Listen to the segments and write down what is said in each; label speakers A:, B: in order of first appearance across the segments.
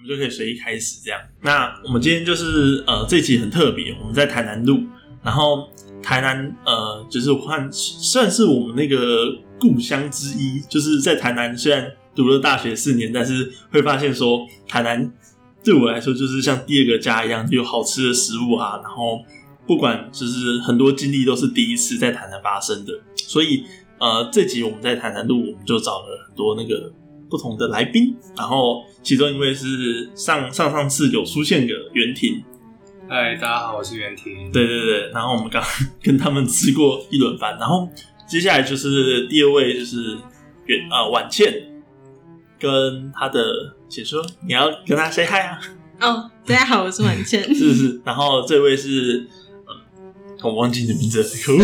A: 们就可以随意开始这样。那我们今天就是呃这一集很特别，我们在台南录，然后台南呃就是我看算是我们那个故乡之一，就是在台南虽然读了大学四年，但是会发现说台南对我来说就是像第二个家一样，有好吃的食物啊，然后不管就是很多经历都是第一次在台南发生的，所以呃这集我们在台南录，我们就找了很多那个不同的来宾，然后其中一位是上上上次有出现的袁婷，
B: 嗨，大家好，我是袁婷。
A: 对对对，然后我们刚 跟他们吃过一轮饭，然后接下来就是第二位就是袁呃婉倩跟她的解说，你要跟她 say hi 啊，
C: 哦，大家好，我是婉 倩。
A: 是不是？然后这位是。呃我忘记你的名字了，可恶！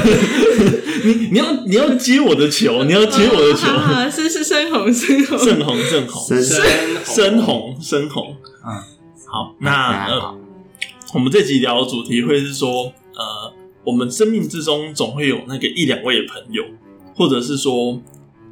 A: 你你要你要接我的球，你要接我的球，
C: 好好是是深红，深红。
A: 正红正红，
B: 深
A: 深红，深红。
B: 嗯，
A: 好，那
D: 大家好
A: 呃，我们这集聊的主题会是说，呃，我们生命之中总会有那个一两位朋友，或者是说，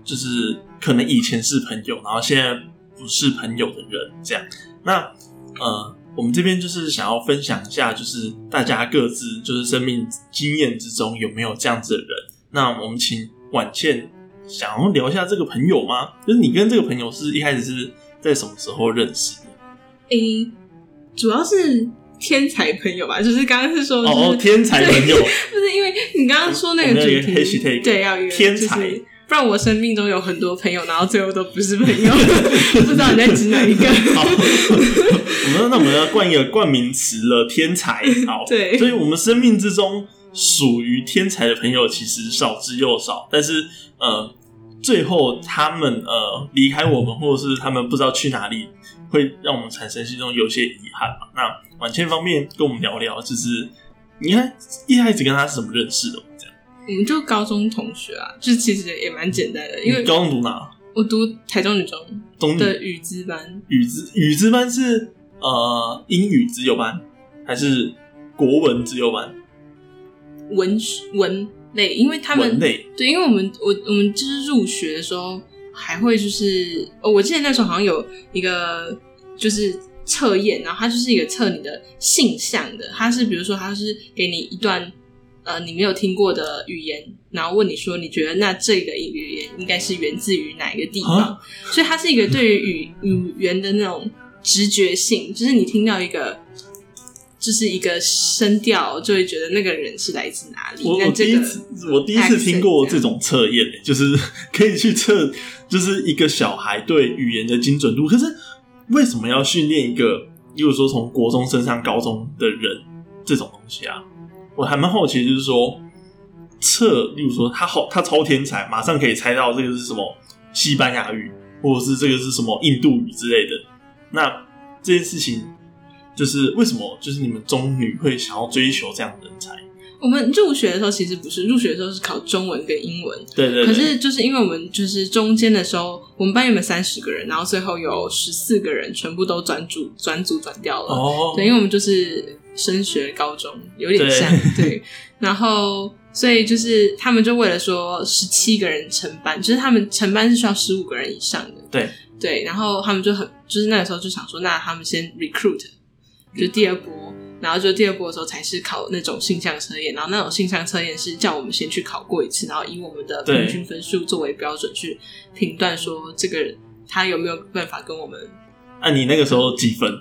A: 就是可能以前是朋友，然后现在不是朋友的人，这样。那呃，我们这边就是想要分享一下，就是大家各自就是生命经验之中有没有这样子的人。那我们请婉倩想要聊一下这个朋友吗？就是你跟这个朋友是一开始是在什么时候认识的？
C: 诶、主要是天才朋友吧，就是刚刚是说、就是、
A: 哦，哦天才朋友，
C: 不是因为你刚刚说那个
A: 我们要有一
C: 主题，
A: 个 hashtag，
C: 对，要约
A: 天才
C: 就是不然我生命中有很多朋友，然后最后都不是朋 友， 不知道你在指哪一个。
A: 好，我们那我们要冠一个冠名词了，天才。好，
C: 对
A: 所以我们生命之中属于天才的朋友其实少之又少，但是呃，最后他们呃离开我们，或者是他们不知道去哪里，会让我们产生心中有些遗憾嘛。那婉倩方面跟我们聊聊，就是你看一开始跟他是怎么认识的？这样，
C: 我们就高中同学啊，就是其实也蛮简单的，因为
A: 你高中读哪？
C: 我读台中女中
A: 中
C: 的语资班，
A: 语资语资班是呃英语资优班还是国文资优班？
C: 文文类，因为他们
A: 文类
C: 对，因为我们我我们就是入学的时候还会就是，哦，我记得那时候好像有一个就是测验，然后它就是一个测你的性向的，它是比如说它是给你一段呃你没有听过的语言，然后问你说你觉得那这个语言应该是源自于哪一个地方
A: 啊，
C: 所以它是一个对于语语言的那种直觉性，就是你听到一个。就是一个声调，就会觉得那个人是来自哪里。
A: 我
C: 那
A: 我
C: 这
A: 第
C: 个
A: 一次我第一次听过
C: accent
A: 这种测验、欸，就是 可以去测，就是一个小孩对语言的精准度。可是为什么要训练一个，例如说从国中升上高中的人这种东西啊？我还蛮好奇，就是说测，例如说他好，他超天才，马上可以猜到这个是什么西班牙语，或者是这个是什么印度语之类的。那这件事情就是为什么，就是你们中女会想要追求这样的人才？
C: 我们入学的时候其实不是，入学的时候是考中文跟英文。
A: 对对对。
C: 可是就是因为我们就是中间的时候，我们班原本三十个人，然后最后有十四个人全部都转组转组转掉了。
A: 哦，
C: 对，因为我们就是升学高中，有点像对然后，所以就是他们就为了说十七个人成班，就是他们成班是需要十五个人以上的。
A: 对
C: 对，然后他们就很就是那个时候就想说，那他们先 recruit，就第二波。然后就第二波的时候才是考那种性向测验，然后那种性向测验是叫我们先去考过一次，然后以我们的
A: 对
C: 平均分数作为标准去评断说这个人他有没有办法跟我们
A: 那、你那个时候几分？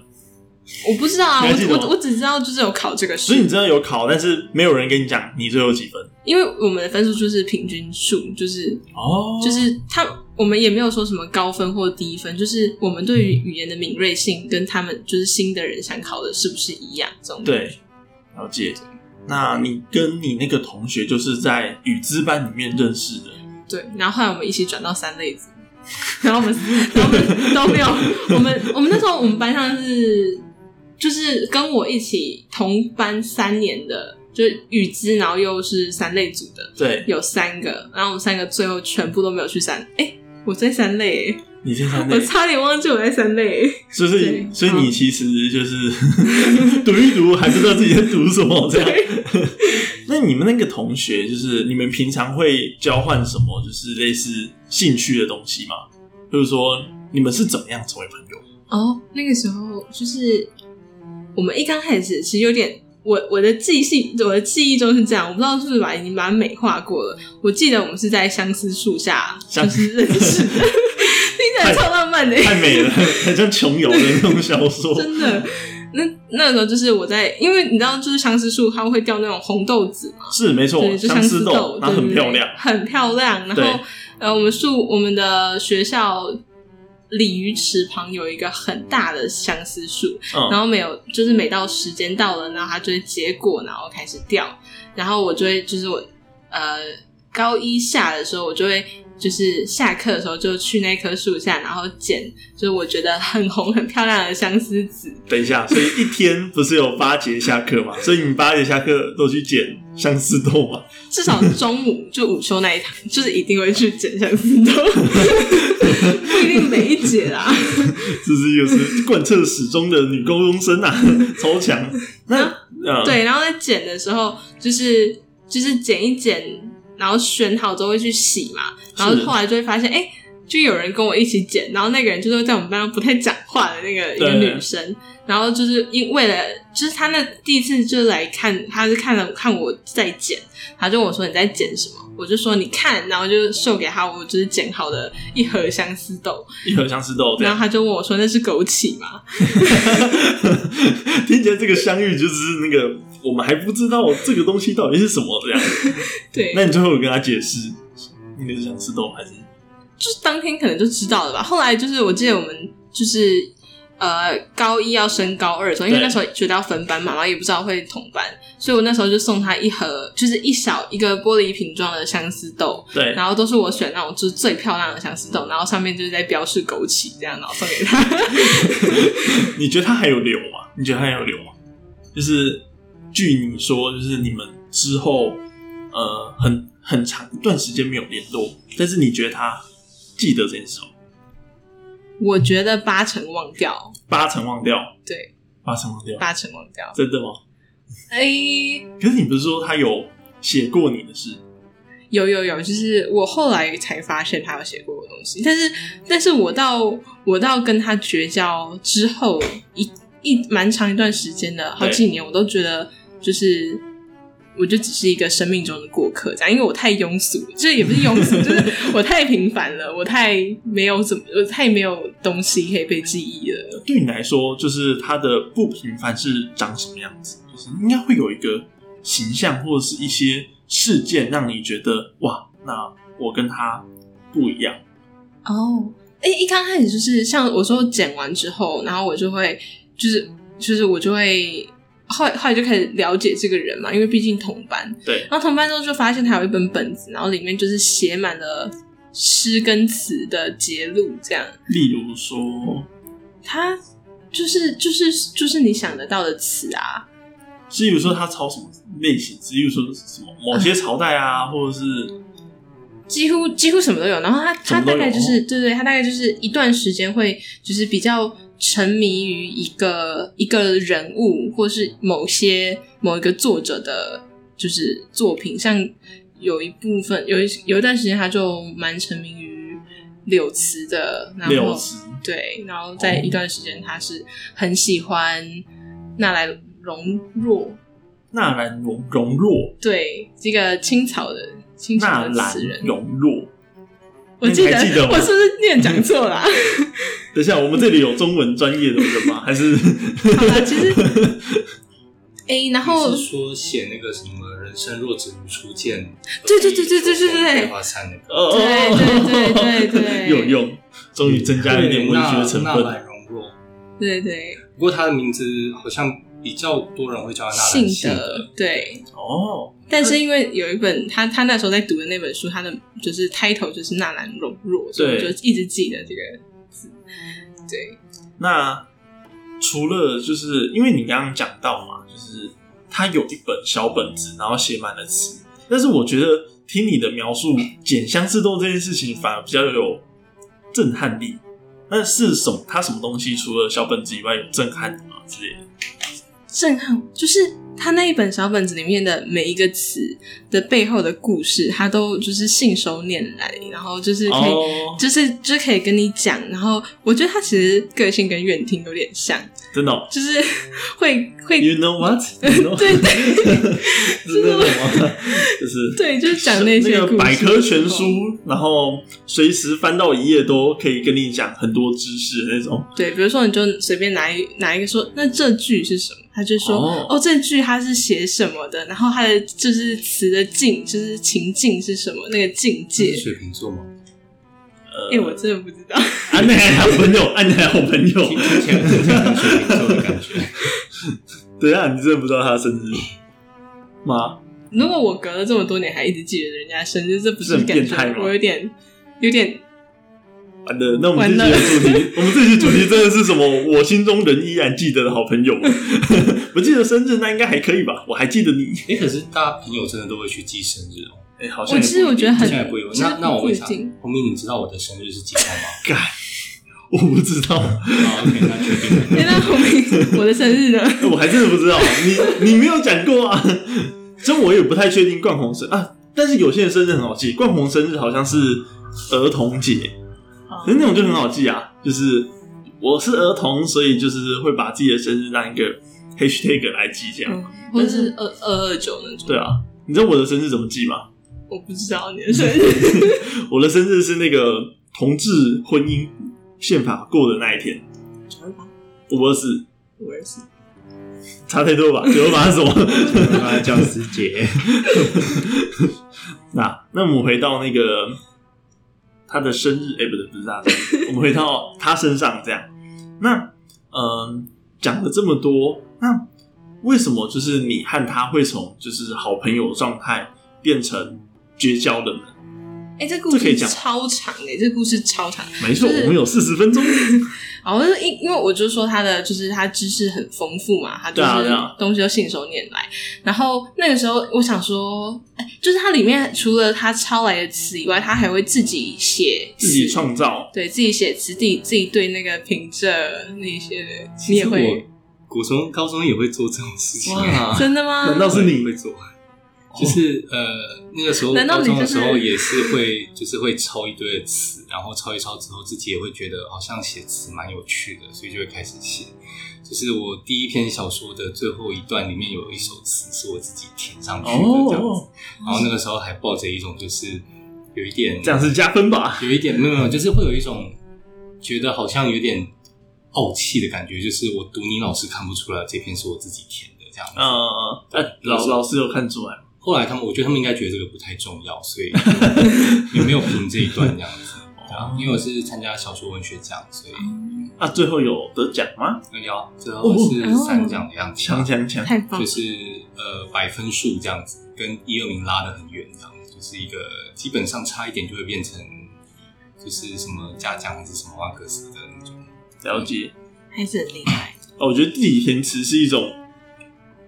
C: 我不知道啊，
A: 你还记得
C: 我
A: 吗
C: 我我只知道就是有考这个试
A: 所以，你知道有考，但是没有人跟你讲你最后几分
C: 因为我们的分数就是平均数，就是
A: 哦
C: 就是他我们也没有说什么高分或低分，就是我们对于语言的敏锐性跟他们就是新的人想考的是不是一样这种。
A: 对，了解。那你跟你那个同学就是在语资班里面认识的，
C: 对，然后后来我们一起转到三类组， 然后我们然后我们都没有，我们我们那时候我们班上是就是跟我一起同班三年的，就是语资，然后又是三类组的，
A: 对，
C: 有三个，然后我们三个最后全部都没有去三。哎、我在三类、欸，
A: 你天三
C: 我
A: 类，
C: 差点忘记我在三类、欸。
A: 所以
C: 对
A: 所以你其实就是 读一读，还不知道自己在读什么这样。 那你们那个同学，就是你们平常会交换什么，就是类似兴趣的东西吗？就是说你们是怎么样成为朋友？
C: 哦，那个时候就是我们一刚开始其实有点，我我的记性，我的记忆中是这样，我不知道是不是把已经把它美化过了。我记得我们是在相思树下
A: 相
C: 就是认识的，听起来超 浪漫的，
A: 太美了，很像穷游的那种小说。
C: 真的。那那时候就是我在，因为你知道，就是相思树它会掉那种红豆子嘛，
A: 是没错，
C: 对，就
A: 相
C: 相
A: 思
C: 思
A: 豆，然
C: 对
A: 后很
C: 对
A: 漂
C: 对
A: 亮，
C: 很漂亮。然
A: 对
C: 后呃，我们树我们的学校鲤鱼池旁有一个很大的相思树，然
A: 嗯，
C: 后没有，就是每到时间到了，然后它就会结果，然后开始掉。然后我就会，就是我呃高一下的时候，我就会就是下课的时候就去那棵树下，然后捡，就是我觉得很红很漂亮的相思子。
A: 等一下，所以一天不是有八节下课嘛？ 所以你八节下课都去捡相思豆嘛？
C: 至少中午就午休那一堂，就是一定会去捡相思豆，不一定每一节啦。
A: 这是又是贯彻始终的女高中生啊， 超强。那呃，
C: 对，然后在剪的时候，就是就是剪一剪，然后选好之后会去洗嘛，然后
A: 是
C: 后来就会发现，哎、就有人跟我一起剪，然后那个人就是在我们班上不太讲话的那个一个
A: 对
C: 女生，然后就是因为了，就是她那第一次就来看，她是看了看我在剪，她就问我说你在剪什么，我就说你看，然后就秀给她我就是剪好的一盒相思豆，
A: 一盒相思豆这
C: 然后
A: 样，
C: 她就问我说那是枸杞吗？
A: 听起来这个相遇就是那个我们还不知道这个东西到底是什么这样。
C: 对，
A: 那你最后有跟他解释那个是相思豆还是？
C: 就是当天可能就知道了吧。后来就是我记得我们就是呃高一要升高二的时候，因为
A: 对
C: 那时候觉得要分班嘛，然后也不知道会同班，所以我那时候就送他一盒，就是一小一个玻璃瓶装的相思豆，
A: 对，
C: 然后都是我选那种就是最漂亮的相思豆，然后上面就是在标示枸杞这样，然后送给他。
A: 你觉得他还有留吗？你觉得他还有留吗？就是据你说，就是你们之后呃很很长一段时间没有联络，但是你觉得他记得这件事吗？
C: 我觉得八成忘掉，
A: 八成忘掉，
C: 对，
A: 八成忘掉，
C: 八成忘掉。
A: 真的吗？
C: 哎、
A: 可是你不是说他有写过你的事？
C: 有有有，就是我后来才发现他有写过我东西，但是但是我到我到跟他绝交之后一一蛮长一段时间的好几年，我都觉得就是我就只是一个生命中的过客，这样，因为我太庸俗，就是也不是庸俗，就是我太平凡了，我太没有怎么，我太没有东西可以被记忆了。
A: 对你来说，就是他的不平凡是长什么样子？就是应该会有一个形象或者是一些事件，让你觉得哇，那我跟他不一样。
C: 哦，哎、一刚开始就是像我说剪完之后，然后我就会就是就是我就会后来后来就开始了解这个人嘛，因为毕竟同班，
A: 对，
C: 然后同班之后就发现他有一本本子，然后里面就是写满了诗跟词的节录，这样
A: 例如说
C: 他就是就是就是你想得到的词啊，
A: 是比如说他抄什么类型，是比如说什么某些朝代
C: 嗯
A: 啊，或者是
C: 几乎几乎什么都有。然后他他
A: 什么都
C: 大
A: 有哦
C: 概就是对对，他大概就是一段时间会就是比较沉迷于一个一个人物或是某些某一个作者的，就是作品。像有一部分有一有一段时间，他就蛮沉迷于柳词的，然
A: 柳
C: 后
A: 词，
C: 对，然后在一段时间，他是很喜欢纳兰容若，
A: 纳兰容容若，
C: 对这个清朝的清
A: 纳
C: 朝的
A: 兰
C: 词人。
A: 容若。
C: 我记
A: 你
C: 得，
A: 还记得吗
C: 我是不是念讲错啊啦？
A: 等一下，我们这里有中文专业的人吗？还是
C: 好啦，其 实，哎、然后
B: 你是说写那个什么“人生若只如初见”，
C: 对对对对对对对
B: 桂花山那个，
A: 哦哦
C: 对对对对对
A: 有用，终于增加了一点文学成
B: 纳纳
A: 分。
B: 兰容若，
C: 对对
B: 不过他的名字好像比较多人会叫他纳兰
C: 信
B: 性
C: 德对，
A: 哦，
C: 但是因为有一本他他那时候在读的那本书，他的就是 title 就是纳兰容若，所以我就
A: 对
C: 一直记得这个字。对，
A: 那除了就是因为你刚刚讲到嘛，就是他有一本小本子，然后写满了词。但是我觉得听你的描述，捡相思豆这件事情反而比较有震撼力。那是什么？他什么东西除了小本子以外有震撼你吗之类的？
C: 震撼就是他他那一本小本子里面的每一个词的背后的故事，他都就是信手拈来，然后就是可以，
A: 哦，
C: 就是就是可以跟你讲。然后我觉得他其实个性跟远听有点像，
A: 真的哦
C: 就是 会会
A: ，You know what？You know-
C: 对对
A: 是那种吗？ 就是
C: 对就是讲那些
A: 那个
C: 故事
A: 百科全书，然后随时翻到一页都可以跟你讲很多知识的那 种。
C: 对，比如说你就随便拿一拿一个说，那这句是什么？他就说
A: 哦
C: 哦这句它是写什么的，然后它的就是词的境，就是情境是什么，那个境界
B: 是。水瓶座吗？
C: 哎、我真的不知道。
A: 安奈好朋友，安奈好朋友，
B: 听听起来听起来很水瓶座的感觉。
A: 对啊，你真的不知道他的生日吗？
C: 如果我隔了这么多年还一直记得人家生日，这不
A: 这
C: 是
A: 很
C: 感
A: 变态
C: 觉
A: 吗
C: 我有点有点
A: 完了，那我们这期的主 题，我们这期主题真的是什么？我心中仍依然记得的好朋 友，不记得生日那应该还可以吧？我还记得你，
B: 哎，可是大家朋友真的都会去记生日哦，
A: 哎、好像
C: 我
A: 也
C: 其实我觉得
B: 好
C: 很
B: 像也不会有。
C: 其实
B: 那那我问一下
C: 不一定，
B: 红明，你知道我的生日是几号吗？
A: 干，我不知道，
B: 啊，OK，那确定了。
C: 原来哎红明哎我的生日呢？
A: 我还真的不知道，啊你你没有讲过啊？真我也不太确定冠宏生啊，但是有些人生日很好记，冠宏生日好像是儿童节，可是那种就很好记啊，就是我是儿童，所以就是会把自己的生日当一个 hashtag 来记这样。
C: 嗯，或者是二二二九那种。
A: 对啊，你知道我的生日怎么记吗？
C: 我不知道你的生日。
A: 我的生日是那个同志婚姻宪法过的那一天，我不是
C: 我也是。
A: 差太多 吧？九二八是什么？
B: 啊，教师节，
A: 那那我们回到那个他的生日，哎、不对，不是他的生 日，我们回到他身上这样。那嗯，讲、了这么多，那为什么就是你和他会从就是好朋友状态变成绝交的呢？
C: 哎、这故
A: 这可以
C: 事
A: 讲
C: 超长哎、这故事超长。
A: 没错，
C: 就是
A: 我们有四十分 钟。
C: 然后哦因因为我就说他的就是他知识很丰富嘛，他就
A: 对啊对
C: 是
A: 啊
C: 东西都信手拈来。然后那个时候我想说，哎就是他里面除了他抄来的词以外，他还会自己写
A: 自己
C: 词
A: 创造，
C: 对自己写词，自己自己对那个平仄那些的，你也会
B: 我国中、高中也会做这种事情。
A: 哇
C: 真的吗？
A: 啊难道是你
B: 会做？就是呃，那个时候
C: 难道
B: 高
C: 你
B: 中的
C: 就是
B: 时候也是会， 就是会抄一堆的词，然后抄一抄之后，自己也会觉得好像写词蛮有趣的，所以就会开始写。就是我第一篇小说的最后一段里面有一首词是我自己填上去的这样子，
A: 哦
B: 然后那个时候还抱着一种就是有一点
A: 这样是加分吧？
B: 有一点没有没有，就是会有一种觉得好像有点傲气的感觉，就是我读你老师看不出来这篇是我自己填的这样子。
A: 嗯，呃，老老师有看出来吗，
B: 后来他们，我觉得他们应该觉得这个不太重要， 所以也没有评这一段这样子。嗯对啊因为我是参加小说文学奖，所以
A: 啊，最后有得奖吗？
B: 那要最后是三奖的样子，
A: 强强强！
C: 太棒
B: 就
C: 了！
B: 是呃百分数这样子，跟一二名拉得很远这样子，就是一个基本上差一点就会变成就是什么嘉奖还是什么万格斯的那种。
A: 了解。
C: 还是很厉害。
A: 哦，我觉得自己填词是一种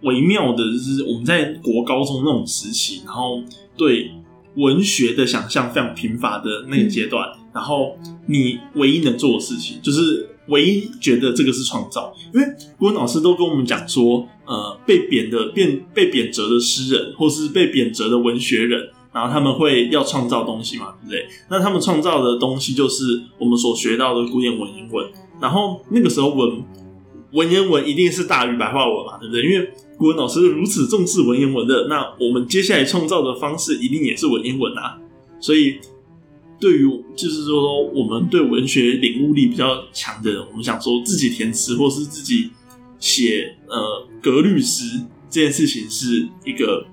A: 微妙的，就是我们在国高中那种时期，然后对文学的想象非常贫乏的那个阶段，然后你唯一能做的事情，就是唯一觉得这个是创造，因为国文老师都跟我们讲说，呃，被贬的变被贬谪的诗人，或是被贬谪的文学人。然后他们会要创造东西嘛，对不对？那他们创造的东西就是我们所学到的古典文言文，然后那个时候文文言文一定是大于白话文嘛，对不对？因为国文老师如此重视文言文的，那我们接下来创造的方式一定也是文言文啊。所以，对于就是说，我们对文学领悟力比较强的人，我们想说自己填词或是自己写呃格律诗这件事情是一个。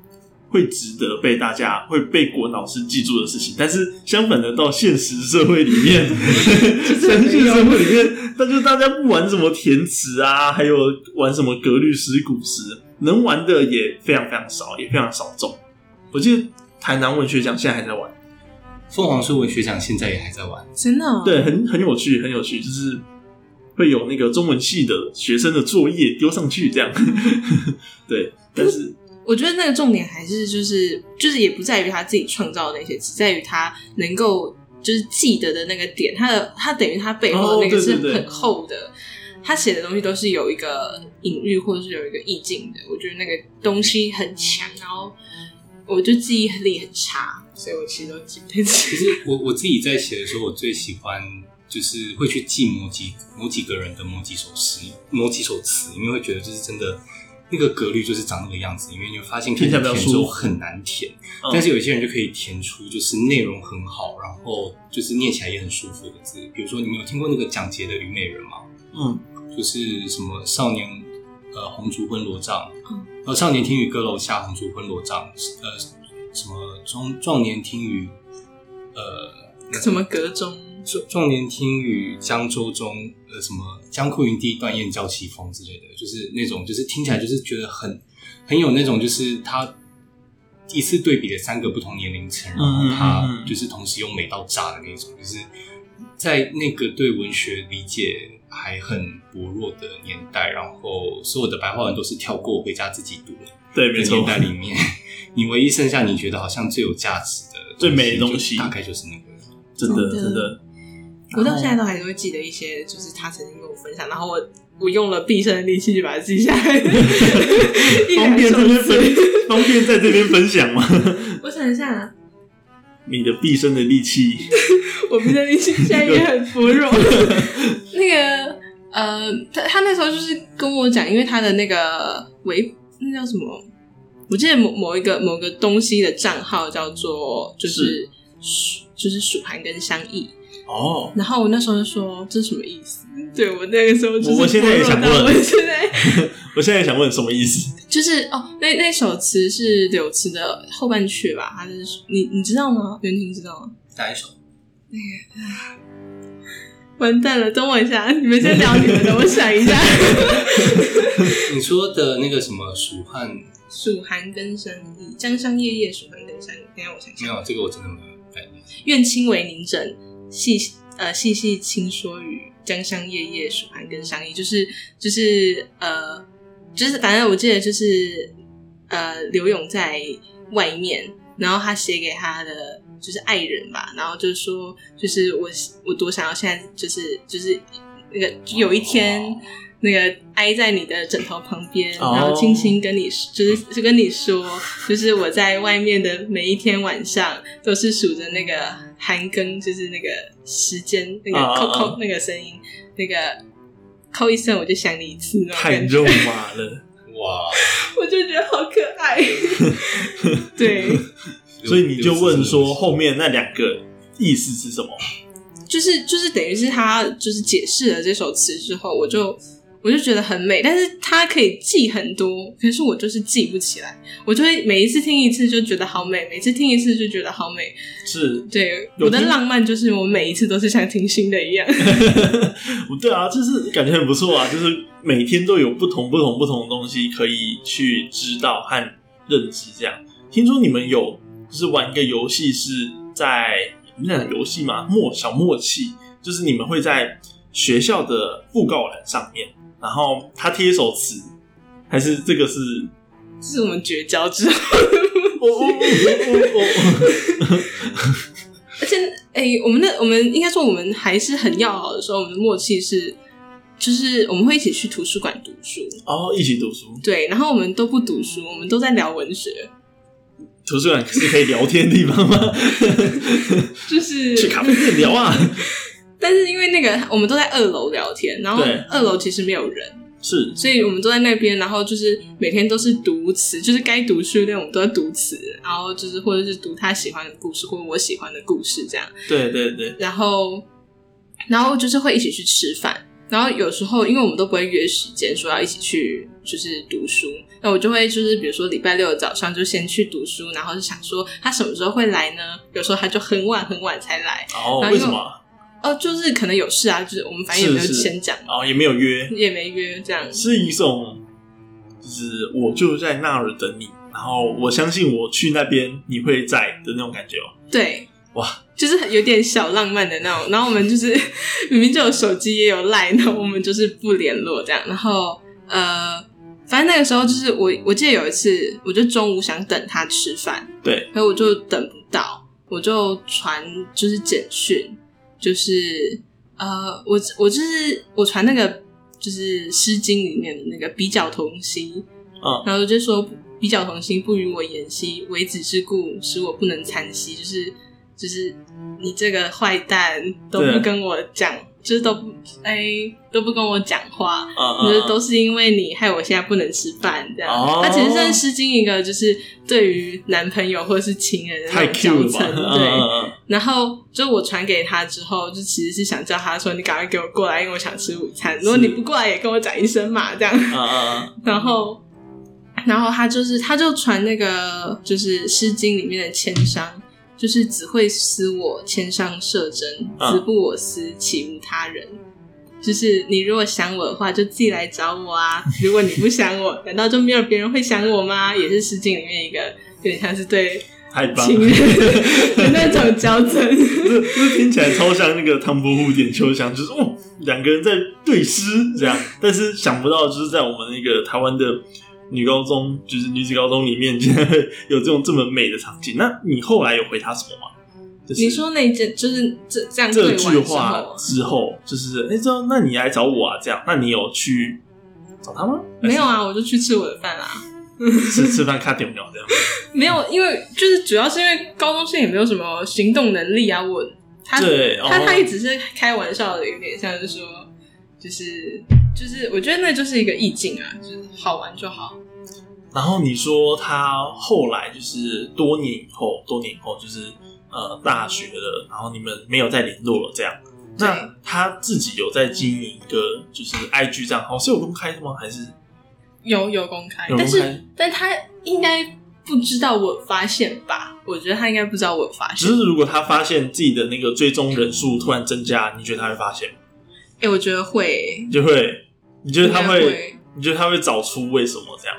A: 会值得被大家会被国文老师记住的事情，但是相反的，到现实社会里 面，
C: 没有
A: 现实社会里面，那就大家不玩什么填词啊，还有玩什么格律诗、古诗，能玩的也非常非常少，也非常少众。我记得台南文学奖现在还在玩，
B: 凤凰书文学奖现在也还在玩，
C: 真的、哦，
A: 对，很很有趣，很有趣，就是会有那个中文系的学生的作业丢上去这样， 对，但是
C: 我觉得那个重点还是就是就是也不在于他自己创造的那些，只在于他能够就是记得的那个点，他的他等于他背后的那
A: 哦对
C: 个是
A: 对对
C: 很厚的。他写的东西都是有一个隐喻或者是有一个意境的。我觉得那个东西很强，然后我就记忆力很差，所以我其实都记不太
B: 其
C: 起。
B: 实我我自己在写的时候，我最喜欢就是会去记某几某几个人的某几首诗、某几首词，因为会觉得就是真的那个格律就是长那个样子，因为你会发现
A: 听起来比较
B: 填的时候
A: 舒服
B: 很难填，
A: 嗯
B: 但是有些人就可以填出就是内容很好，然后就是念起来也很舒服的字。比如说，你们有听过那个蒋捷的《虞美人》吗？
A: 嗯，
B: 就是什么少年呃红烛昏罗帐
C: 嗯，
B: 呃少年听雨歌楼下红烛昏罗帐，呃什么中壮年听雨呃
C: 什么 阁中？
B: 壮壮年听雨江州中呃什么江阔云地断雁叫西风之类的，就是那种就是听起来就是觉得很很有那种就是他。一次对比的三个不同年龄层，然后
A: 嗯嗯
B: 他
A: 嗯嗯
B: 就是同时又美到炸的那种，就是在那个对文学理解还很薄弱的年代，然后所有的白话文都是跳过回家自己读
A: 对，
B: 的
A: 没错
B: 年，代里面， 你唯一剩下你觉得好像最有价值的、
A: 最美的东
B: 就
A: 西
B: 大概就是那个。
A: 真的
C: 真的
A: 真的，
C: 我到现在都还是会记得一些，就是他曾经跟我分享，然后我我用了毕生的力气去把它记下来。一
A: 方
C: 两
A: 便这
C: 首
A: 边
C: 词，
A: 分，方便在这边分享吗？
C: 我想一下、啊，
A: 你的毕生的力气，
C: 我毕生力气现在也很薄弱。 那个呃，他他那时候就是跟我讲，因为他的那个维那叫什么？我记得某某一个某个东西的账号叫做就是蜀就是蜀汉跟相异，
A: 哦，
C: 然后我那时候就说这是什么意思？ 对我那个时候就是
A: 我我现在也
C: 薄弱
A: 想
C: 到
A: 问
C: 我现在
A: 我现在想问什么意思？
C: 就是哦，那那首词是柳词的后半阙吧？还是你你知道吗？袁婷知道吗？
B: 哪一首？
C: 完蛋了，等我一下，你们先聊你们的，我想一下。
B: 你说的那个什么蜀汉？
C: 蜀寒更生意，江山夜夜蜀寒更生意。等一下我想
B: 没
C: 想，
B: 有，这个我真的没有概念。
C: 愿清为凝枕，细呃细细轻说语，江山夜夜蜀寒更相忆。就是就是呃，就是反正我记得就是呃，刘勇在外面，然后他写给他的就是爱人吧，然后就是说，就是我我多想要现在就是就是那个有一天。
B: 哦
C: 那个挨在你的枕头旁边，
A: 哦
C: 然后轻轻跟你就是就跟你说，就是我在外面的每一天晚上都是数着那个韩庚，就是那个时间那个
A: 啊啊
C: 扣
A: 啊
C: 扣那个声音，那个扣一声我就想你一次那种
A: 太
C: 感觉，
A: 肉麻 了，
B: 哇！
C: 我就觉得好可爱。 对，
A: 所以你就问说后
B: 面
A: 面那两个意思是什么？
C: 就是就是等于是他就是解释了这首词之后，我就我就觉得很美，但是它可以记很多，可是我就是记不起来，我就会每一次听一次就觉得好美，每次听一次就觉得好美。
A: 是
C: 对，
A: 有
C: 我的
A: 听
C: 浪漫就是我每一次都是像听新的一 样。
A: 不 对啊，就是感觉很不错啊，就是每天都有不同、不同、不同的东西可以去知道和认知。这样，听说你们有就是玩一个游戏，是在你们讲游戏嘛？默小默契，就是你们会在学校的布告栏上面，然后他贴一首词，还是这个是
C: 这是我们绝交之后，
A: 我我我我我我，
C: 而且哎、我们的我们应该说我们还是很要好的时候，我们的默契是。就是我们会一起去图书馆读书，
A: 哦，一起读书，
C: 对，然后我们都不读
A: 嗯
C: 书，我们都在聊文学，
A: 图书馆是可以聊天的地方 吗？
C: 就是
A: 去咖啡店聊啊，
C: 但是因为那个我们都在二楼聊天，然后
A: 对
C: 二楼其实没有人，
A: 是
C: 所以我们都在那边，然后就是每天都是读词，就是该读书那我们都在读词，然后就是或者是读他喜欢的故事或者我喜欢的故事这样，
A: 对对对，
C: 然后然后就是会一起去吃饭，然后有时候因为我们都不会约时间说要一起去就是读书，那我就会就是比如说礼拜六的早上就先去读书，然后就想说他什么时候会来呢？有时候他就很晚很晚才来，
A: 哦，为
C: 然后因为
A: 什么啊？
C: 哦，就是可能有事啊，就是我们反正也没有
A: 是是
C: 先讲。
A: 然后也没有约，
C: 也没约这样。
A: 是一种，就是我就在那儿等你，然后我相信我去那边你会在的那种感觉哦。
C: 对，
A: 哇，
C: 就是有点小浪漫的那种。然后我们就是明明就有手机也有赖，然后我们就是不联络这样。然后呃，反正那个时候就是我我记得有一次，我就中午想等他吃饭，
A: 对，
C: 可我就等不到，我就传就是简讯，就是呃，我我就是我传那个。就是《诗经》里面的那个“比较同兮”，
A: 嗯
C: 然后就说“比较同兮，不与我言兮，为子之故，使我不能参兮”，就是就是你这个坏蛋都
A: 对
C: 不跟我讲，就是都不哎、都不跟我讲话，
A: 嗯嗯，
C: 就
A: 嗯
C: 是都是因为你害我现在不能吃饭这样。
A: 哦
C: 它其实算《诗经》一个就是对于男朋友或者是情人的那
A: 太
C: 种
A: Q 了吧？
C: 教程，
A: 嗯
C: 对。
A: 嗯嗯，
C: 然后就我传给他之后，就其实是想叫他说：“你赶快给我过来，因为我想吃午餐。如果你不过来，也跟我讲一声嘛。”这样。
A: 嗯嗯嗯，
C: 然后，然后他就是他就传那个就是《诗经》里面的千商，就是只会思我，千商摄政，
A: 嗯
C: 子不我思，岂无他人？就是你如果想我的话，就自己来找 我啊！如果你不想我，难道就没有别人会想我吗？也是《诗经》里面一个有点像是对
A: 太棒
C: 情
A: 了！
C: 人的那种交真。
A: 这这听起来超像那个唐伯虎点秋香，就是哦，两个人在对诗这样，但是想不到就是在我们那个台湾的女高中，就是女子高中里面，竟然会有这种这么美的场景。那你后来有回他什么吗？就是、
C: 你说那一件就是这这样对
A: 这
C: 完之
A: 句
C: 后啊
A: 话之后，就是哎，这、样那你来找我啊，这样，那你有去找他吗？
C: 没有啊，我就去吃我的饭啊。
A: 吃吃饭看点聊这样。
C: 没有，因为就是主要是因为高中生也没有什么行动能力啊。我他
A: 对，
C: 他
A: 哦
C: 他也只是开玩笑的，有点像是说，就是就是，我觉得那就是一个意境啊，就是好玩就好。
A: 然后你说他后来就是多年以后，多年以后就是呃大学了，然后你们没有再联络了，这样。
C: 对
A: 那他自己有在经营一个就是 IG 账号，是有公开的吗？还是
C: 有有公开，
A: 有公开
C: 但是？但他应该不知道我发现吧？我觉得他应该不知道我发
A: 只
C: 现。
A: 是如果他发现自己的那个追踪人数突然增加，你觉得他会发现吗？
C: 哎、我觉得会欸、
A: 你就会，你觉
C: 就
A: 得他会， 你觉得他会找出为什么这样？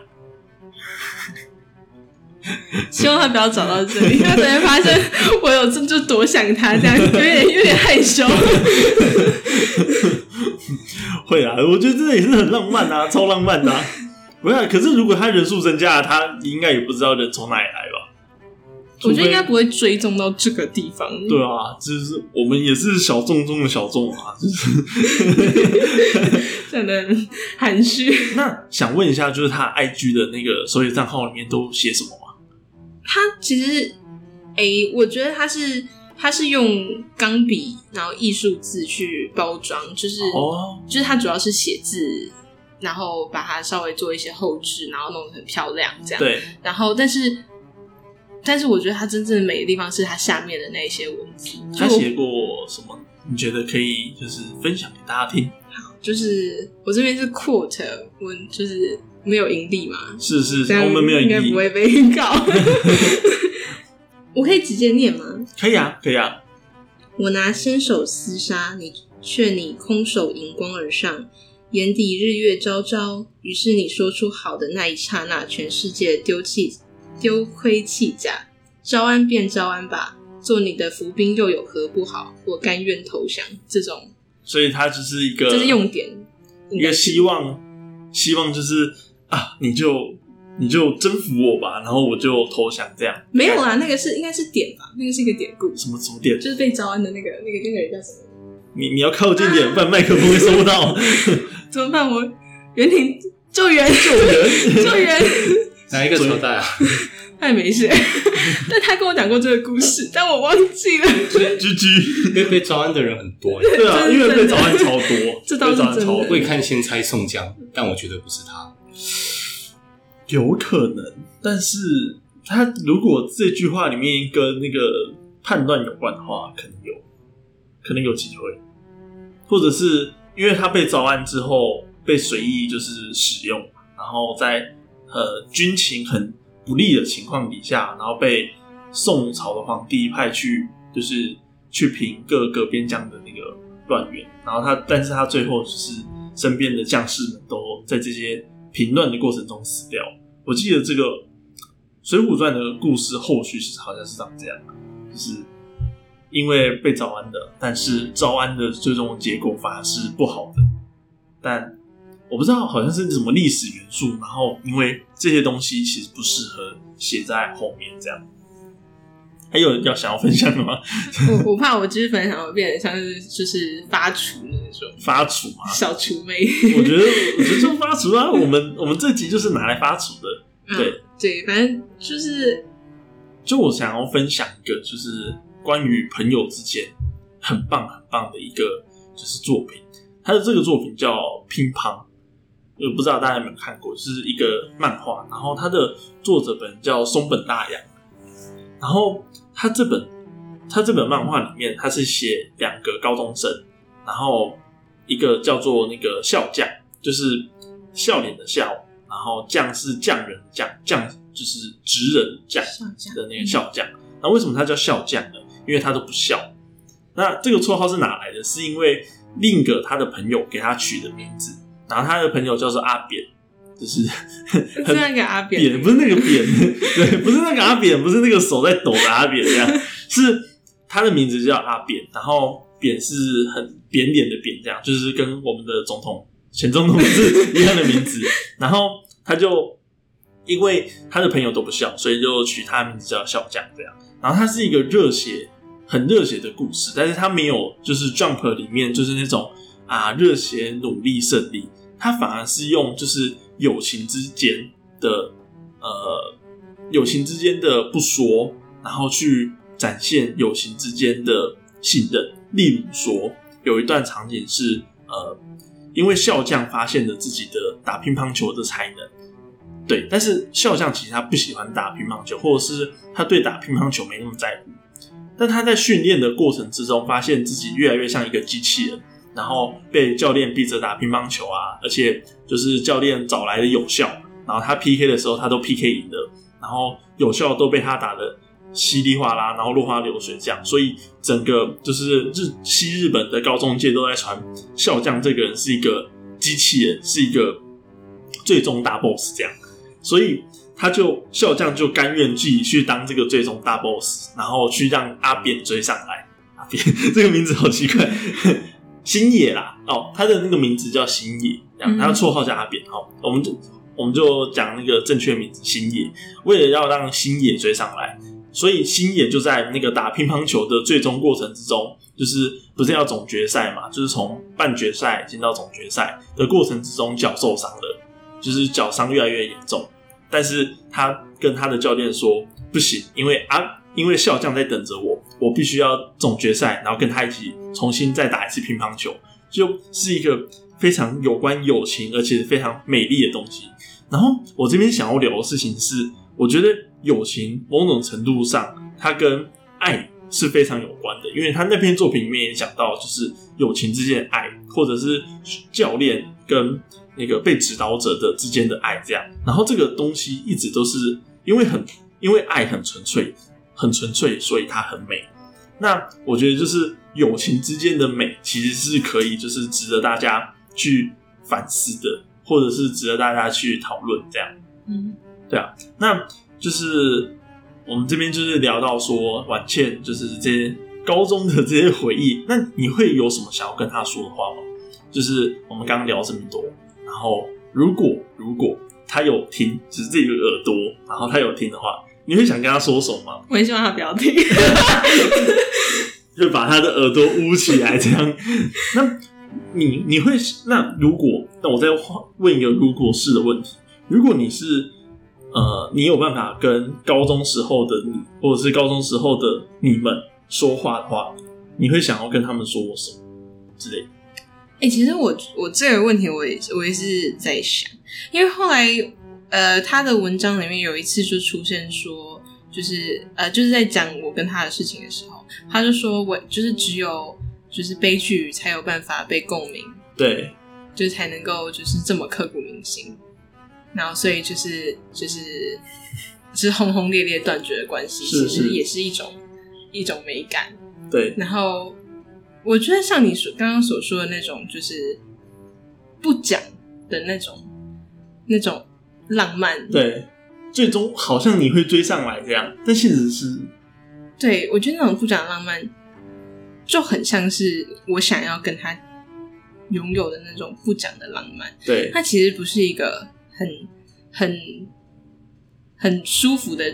C: 希望他不要找到这里，他才会发现我有这就多想他，这样有点有点害羞。
A: 会啊，我觉得这也是很浪漫 啊，超浪漫的、啊。不是啊、可是如果他人数增加了，他应该也不知道人从哪里来吧？
C: 我觉得应该
A: 除非
C: 不会追踪到这个地方。
A: 对啊，就是我们也是小众中的小众啊。就是
C: 真的很含蓄。
A: 那想问一下，就是他 IG 的那个手写账号里面都写什么吗？
C: 他其实，诶、我觉得他是他是用钢笔，然后艺术字去包装，就是、
A: 哦，
C: 就是他主要是写字，然后把它稍微做一些后置，然后弄得很漂亮这样。
A: 对，
C: 然后但是。但是我觉得它真正美的地方是它下面的那些文字，
A: 他
C: 就我
A: 写过什么？你觉得可以就是分享给大家听？
C: 就是我这边是 quote 文，就是没有盈利嘛，
A: 是是，
C: 这样
A: 我们没有
C: 应该
A: 盈
C: 不
A: 利，
C: 会 被告。我可以直接念吗？
A: 可以啊，可以啊。
C: 我拿伸手厮杀，你却你空手迎光而上，眼底日月昭昭。于是你说出好的那一刹那，全世界丢弃丢盔弃甲，招安便招安吧，做你的伏兵又有何不好？我甘愿投降。这种
A: 所以他就是一个，
C: 这是用点，
A: 一个希望，希望就是啊，你就你就征服我吧，然后我就投降这样。
C: 没有啊啦，那个是应该是点吧，那个是一个典故，
A: 什么什么点？
C: 就是被招安的那个那个那个人叫什么？
A: 你你要靠近点，不然麦克风会收不 到。
C: 怎么办？我袁婷救援救
A: 人
C: 救援。
B: 哪一个朝代啊？
C: 他也没事， 但他跟我讲过这个故 事，但我忘记了。
A: 居居，
B: 因为 被招安的人很多耶，
A: 对啊，
C: 真的
A: 因为被
C: 真
A: 早
C: 的
A: 安超多，
C: 这倒
A: 被
C: 是
A: 早安
C: 真的
A: 超
B: 未
A: 多，
B: 看先猜宋江，但我觉得不是他。
A: 有可能。但是他如果这句话里面跟那个判断有关的话，可能有，可能有机会，或者是呃因为他被招安之后被随意就是使用，然后在呃军情很不利的情况底下，然后被宋朝的皇帝派去就是去平各个边疆的那个乱源，然后他但是他最后就是身边的将士们都在这些平乱的过程中死掉。我记得这个《水浒传》的故事后续是好像是长这样，就是因为被招安的，但是招安的最终的结果反而是不好的。但我不知道，好像是什么历史元素，然后因为这些东西其实不适合写在后面这样。还有要想要分享的吗？
C: 我我怕我知识分享会变得像是就是发厨的那种
A: 发厨吗？
C: 小厨妹。
A: 我觉得，我觉得就发厨啊，我们我们这集就是拿来发厨的。对
C: 嗯、对，反正就是
A: 就我想要分享一个，就是关于朋友之间很棒很棒的一个就是作品。他的这个作品叫《乒乓》，呃，不知道大家有没有看过，就是一个漫画。然后它的作者本人叫松本大洋。然后他这本他这本漫画里面，他是写两个高中生，然后一个叫做那个笑匠，就是笑脸的笑，然后匠是匠人的匠，匠就是职人匠。
C: 笑匠
A: 的那个笑匠。那为什么他叫笑匠呢？因为他都不笑。那这个绰号是哪来的？是因为另一个他的朋友给他取的名字，然后他的朋友叫做阿扁，就是
C: 是那个阿扁
A: 扁，不是那个扁，对，不是那个阿扁，不是那个手在抖的阿扁，这样是他的名字叫阿扁，然后扁是很扁扁的扁，这样就是跟我们的总统前总统是一样的名字。然后他就因为他的朋友都不笑，所以就取他的名字叫笑匠这样。然后他是一个热血、很热血的故事，但是他没有就是 Jump 里面就是那种啊热血、努力、胜利，他反而是用就是友情之间的呃友情之间的不说，然后去展现友情之间的信任。例如说，有一段场景是呃，因为笑匠发现了自己的打乒乓球的才能，对，但是笑匠其实他不喜欢打乒乓球，或者是他对打乒乓球没那么在乎。但他在训练的过程之中，发现自己越来越像一个机器人，然后被教练逼着打乒乓球啊，而且就是教练找来的有效，然后他 PK 的时候他都 PK 赢了，然后有效都被他打的稀里哗啦，然后落花流水这样，所以整个就是日西日本的高中界都在传笑匠这个人是一个机器人，是一个最终大 boss 这样，所以他就笑匠就甘愿自己去当这个最终大 boss，然后去让阿扁追上来。阿扁这个名字好奇怪， 星野啦，哦，他的那个名字叫星野，这样，
C: 嗯
A: 他的绰号叫阿扁。哦，我们就我们就讲那个正确名字星野，为了要让星野追上来，所以星野就在那个打乒乓球的最终过程之中，就是不是要总决赛嘛，就是从半决赛进到总决赛的过程之中，脚受伤了，就是脚伤越来越严重。但是他跟他的教练说不行，因为啊，因为笑匠在等着我，我必须要总决赛，然后跟他一起重新再打一次乒乓球，就是一个非常有关友情而且非常美丽的东西。然后我这边想要聊的事情是，我觉得友情某种程度上它跟爱是非常有关的，因为他那篇作品里面也讲到，就是友情之间的爱，或者是教练跟那个被指导者的之间的爱这样。然后这个东西一直都是因为很因为爱很纯粹，很纯粹，所以它很美。那我觉得就是友情之间的美，其实是可以就是值得大家去反思的，或者是值得大家去讨论这样。
C: 嗯，
A: 那就是我们这边就是聊到说婉倩就是这些高中的这些回忆，那你会有什么想要跟她说的话吗？就是我们刚刚聊这么多，然后如果如果她有听，只是这个耳朵，然后她有听的话，你会想跟她说什么吗？
C: 我很希望他不要听。
A: 就把他的耳朵捂起来，这 样。那你你会那如果那我再换问一个如果是的问题，如果你是呃，你有办法跟高中时候的你，或者是高中时候的你们说话的话，你会想要跟他们说什么之类的？
C: 哎、其实我我这个问题我也我也是在想，因为后来呃他的文章里面有一次就出现说，就是呃就是在讲我跟他的事情的时候，他就说我就是只有就是悲剧才有办法被共鸣，
A: 对，
C: 就是才能够就是这么刻骨铭心，然后所以就是就是 就是轰轰烈烈断绝的关系，
A: 是
C: 其实
A: 是
C: 也是一种一种美感。
A: 对，
C: 然后我觉得像你所刚刚所说的那种，就是不讲的那种那种浪漫，
A: 对，最终好像你会追上来这样，但现实是，
C: 对我觉得那种不讲的浪漫，就很像是我想要跟他拥有的那种不讲的浪漫。
A: 对，
C: 它其实不是一个很很很舒服的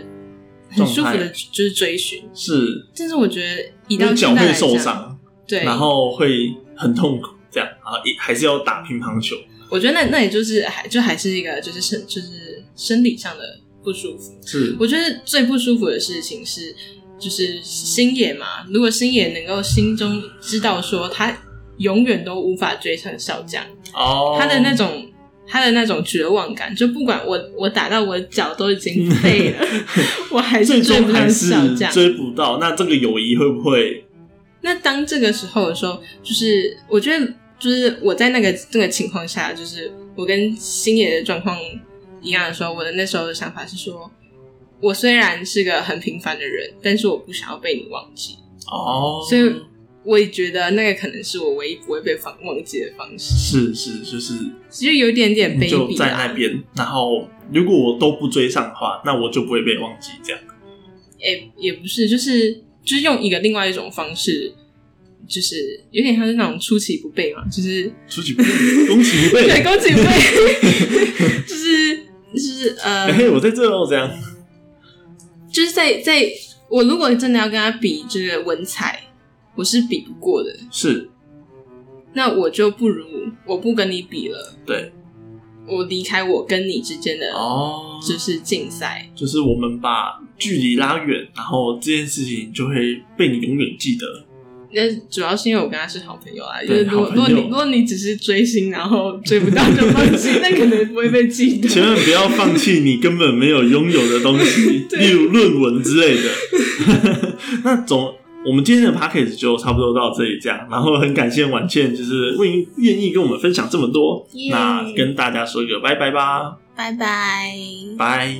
C: 很舒服
A: 状态
C: 的，就是追寻。
A: 是
C: 但是我觉得以
A: 因
C: 到
A: 为脚
C: 现在
A: 会
C: 来
A: 受
C: 讲，
A: 伤，
C: 对，
A: 然后会很痛苦，这样啊，也还是要打乒乓球。
C: 我觉得那那也就是还就还是一个就是身就是生理上的不舒服。
A: 是
C: 我觉得最不舒服的事情是，就是星野嘛。如果星野能够心中知道说他永远都无法追上小将，
A: 哦，
C: 他的那种他的那种绝望感，就不管我我打到我脚都已经废 了，我还
A: 最
C: 是追
A: 终
C: 不
A: 还
C: 上
A: 是
C: 小将。
A: 追不到，那这个友谊会不会
C: 那当这个时候的时候，就是我觉得，就是我在那个这个情况下，就是我跟星野的状况一样的时候，我的那时候的想法是说，我虽然是个很平凡的人，但是我不想要被你忘记，
A: 哦？
C: 所以我也觉得那个可能是我唯一不会被忘忘记的方式，
A: 是是就是
C: 其实有点点卑
A: 就
C: 鄙
A: 在那
C: 啦。
A: 边，然后如果我都不追上的话，那我就不会被忘记，这样
C: 也、也不是，就是就是用一个另外一种方式。就是有点像是那种出其不备嘛，就是
A: 出其不备，攻其不备。
C: 对，恭喜妹， 就是就是
A: 哎、
C: 呃，
A: 我在这哦，这样
C: 就是在在我如果真的要跟他比这个文采，我是比不过的，
A: 是
C: 那我就不如我不跟你比了，
A: 对
C: 我离开我跟你之间的
A: 哦，
C: 就是竞赛，
A: 就是我们把距离拉远，然后这件事情就会被你永远记得。
C: 那主要是因为我跟他是好朋友啊，就
A: 对
C: 是如果
A: 好
C: 如果
A: 朋友
C: 你如果你只是追星然后追不到就放 弃，那可能不会被记得。
A: 千万不要放弃你根本没有拥有的东西，
C: 对
A: 例如论文之类的。 那总，我们今天的 p a c k a g e 就差不多到这里这样，然后很感谢婉倩，就是愿意愿意跟我们分享这么多。
C: 耶
A: 那跟大家说一个拜拜吧，
C: 拜拜。
A: 拜。